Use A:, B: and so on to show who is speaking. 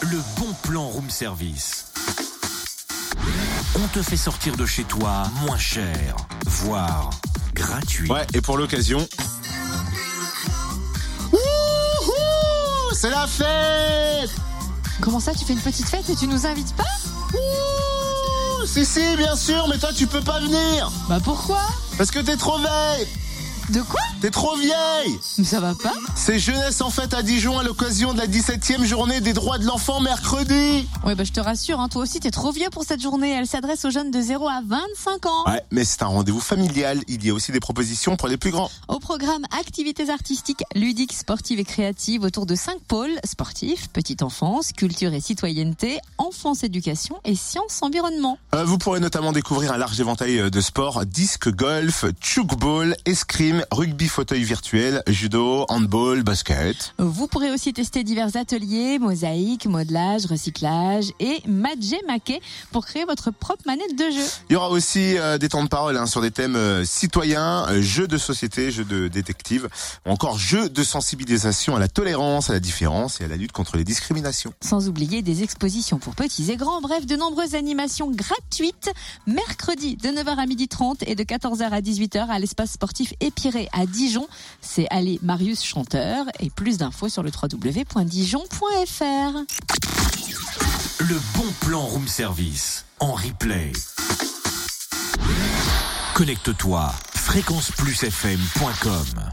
A: le bon plan room service. On te fait sortir de chez toi moins cher, voire gratuit.
B: Ouais, et pour l'occasion. Wouhou C'est la fête
C: Comment ça, tu fais une petite fête et tu nous invites pas
B: Ouh Si, si, bien sûr, mais toi, tu peux pas venir
C: Bah pourquoi
B: Parce que t'es trop vieille
C: De quoi
B: T'es trop vieille
C: Mais ça va pas
B: C'est Jeunesse en fête à Dijon à l'occasion de la 17e journée des droits de l'enfant mercredi
C: Ouais, bah je te rassure, hein, toi aussi t'es trop vieux pour cette journée. Elle s'adresse aux jeunes de 0 à 25 ans.
B: Ouais, mais c'est un rendez-vous familial. Il y a aussi des propositions pour les plus grands.
C: Au programme activités artistiques, ludiques, sportives et créatives autour de cinq pôles sportifs, petite enfance, culture et citoyenneté, enfance éducation et sciences environnement.
B: Euh, vous pourrez notamment découvrir un large éventail euh, de sports, disque golf, ball, escrime, rugby fauteuil virtuel, judo, handball, basket.
C: Vous pourrez aussi tester divers ateliers, mosaïques, modelage, recyclage et Majé Maquet pour créer votre propre manette de jeu.
B: Il y aura aussi euh, des temps de parole hein, sur des thèmes euh, citoyens, euh, jeux de société, jeux de détective, ou encore jeux de sensibilisation à la tolérance, à la différence et à la lutte contre les discriminations.
C: Sans oublier des expositions pour petits et grands, bref, de nombreuses animations gratuites. Mercredi de 9h à 12h30 et de 14h à 18h à l'espace sportif Épiré à Dijon. C'est Allée Marius Chanteur et plus d'infos sur le www.dijon.fr.
A: Le bon plan room service en replay. Connecte-toi fréquenceplusfm.com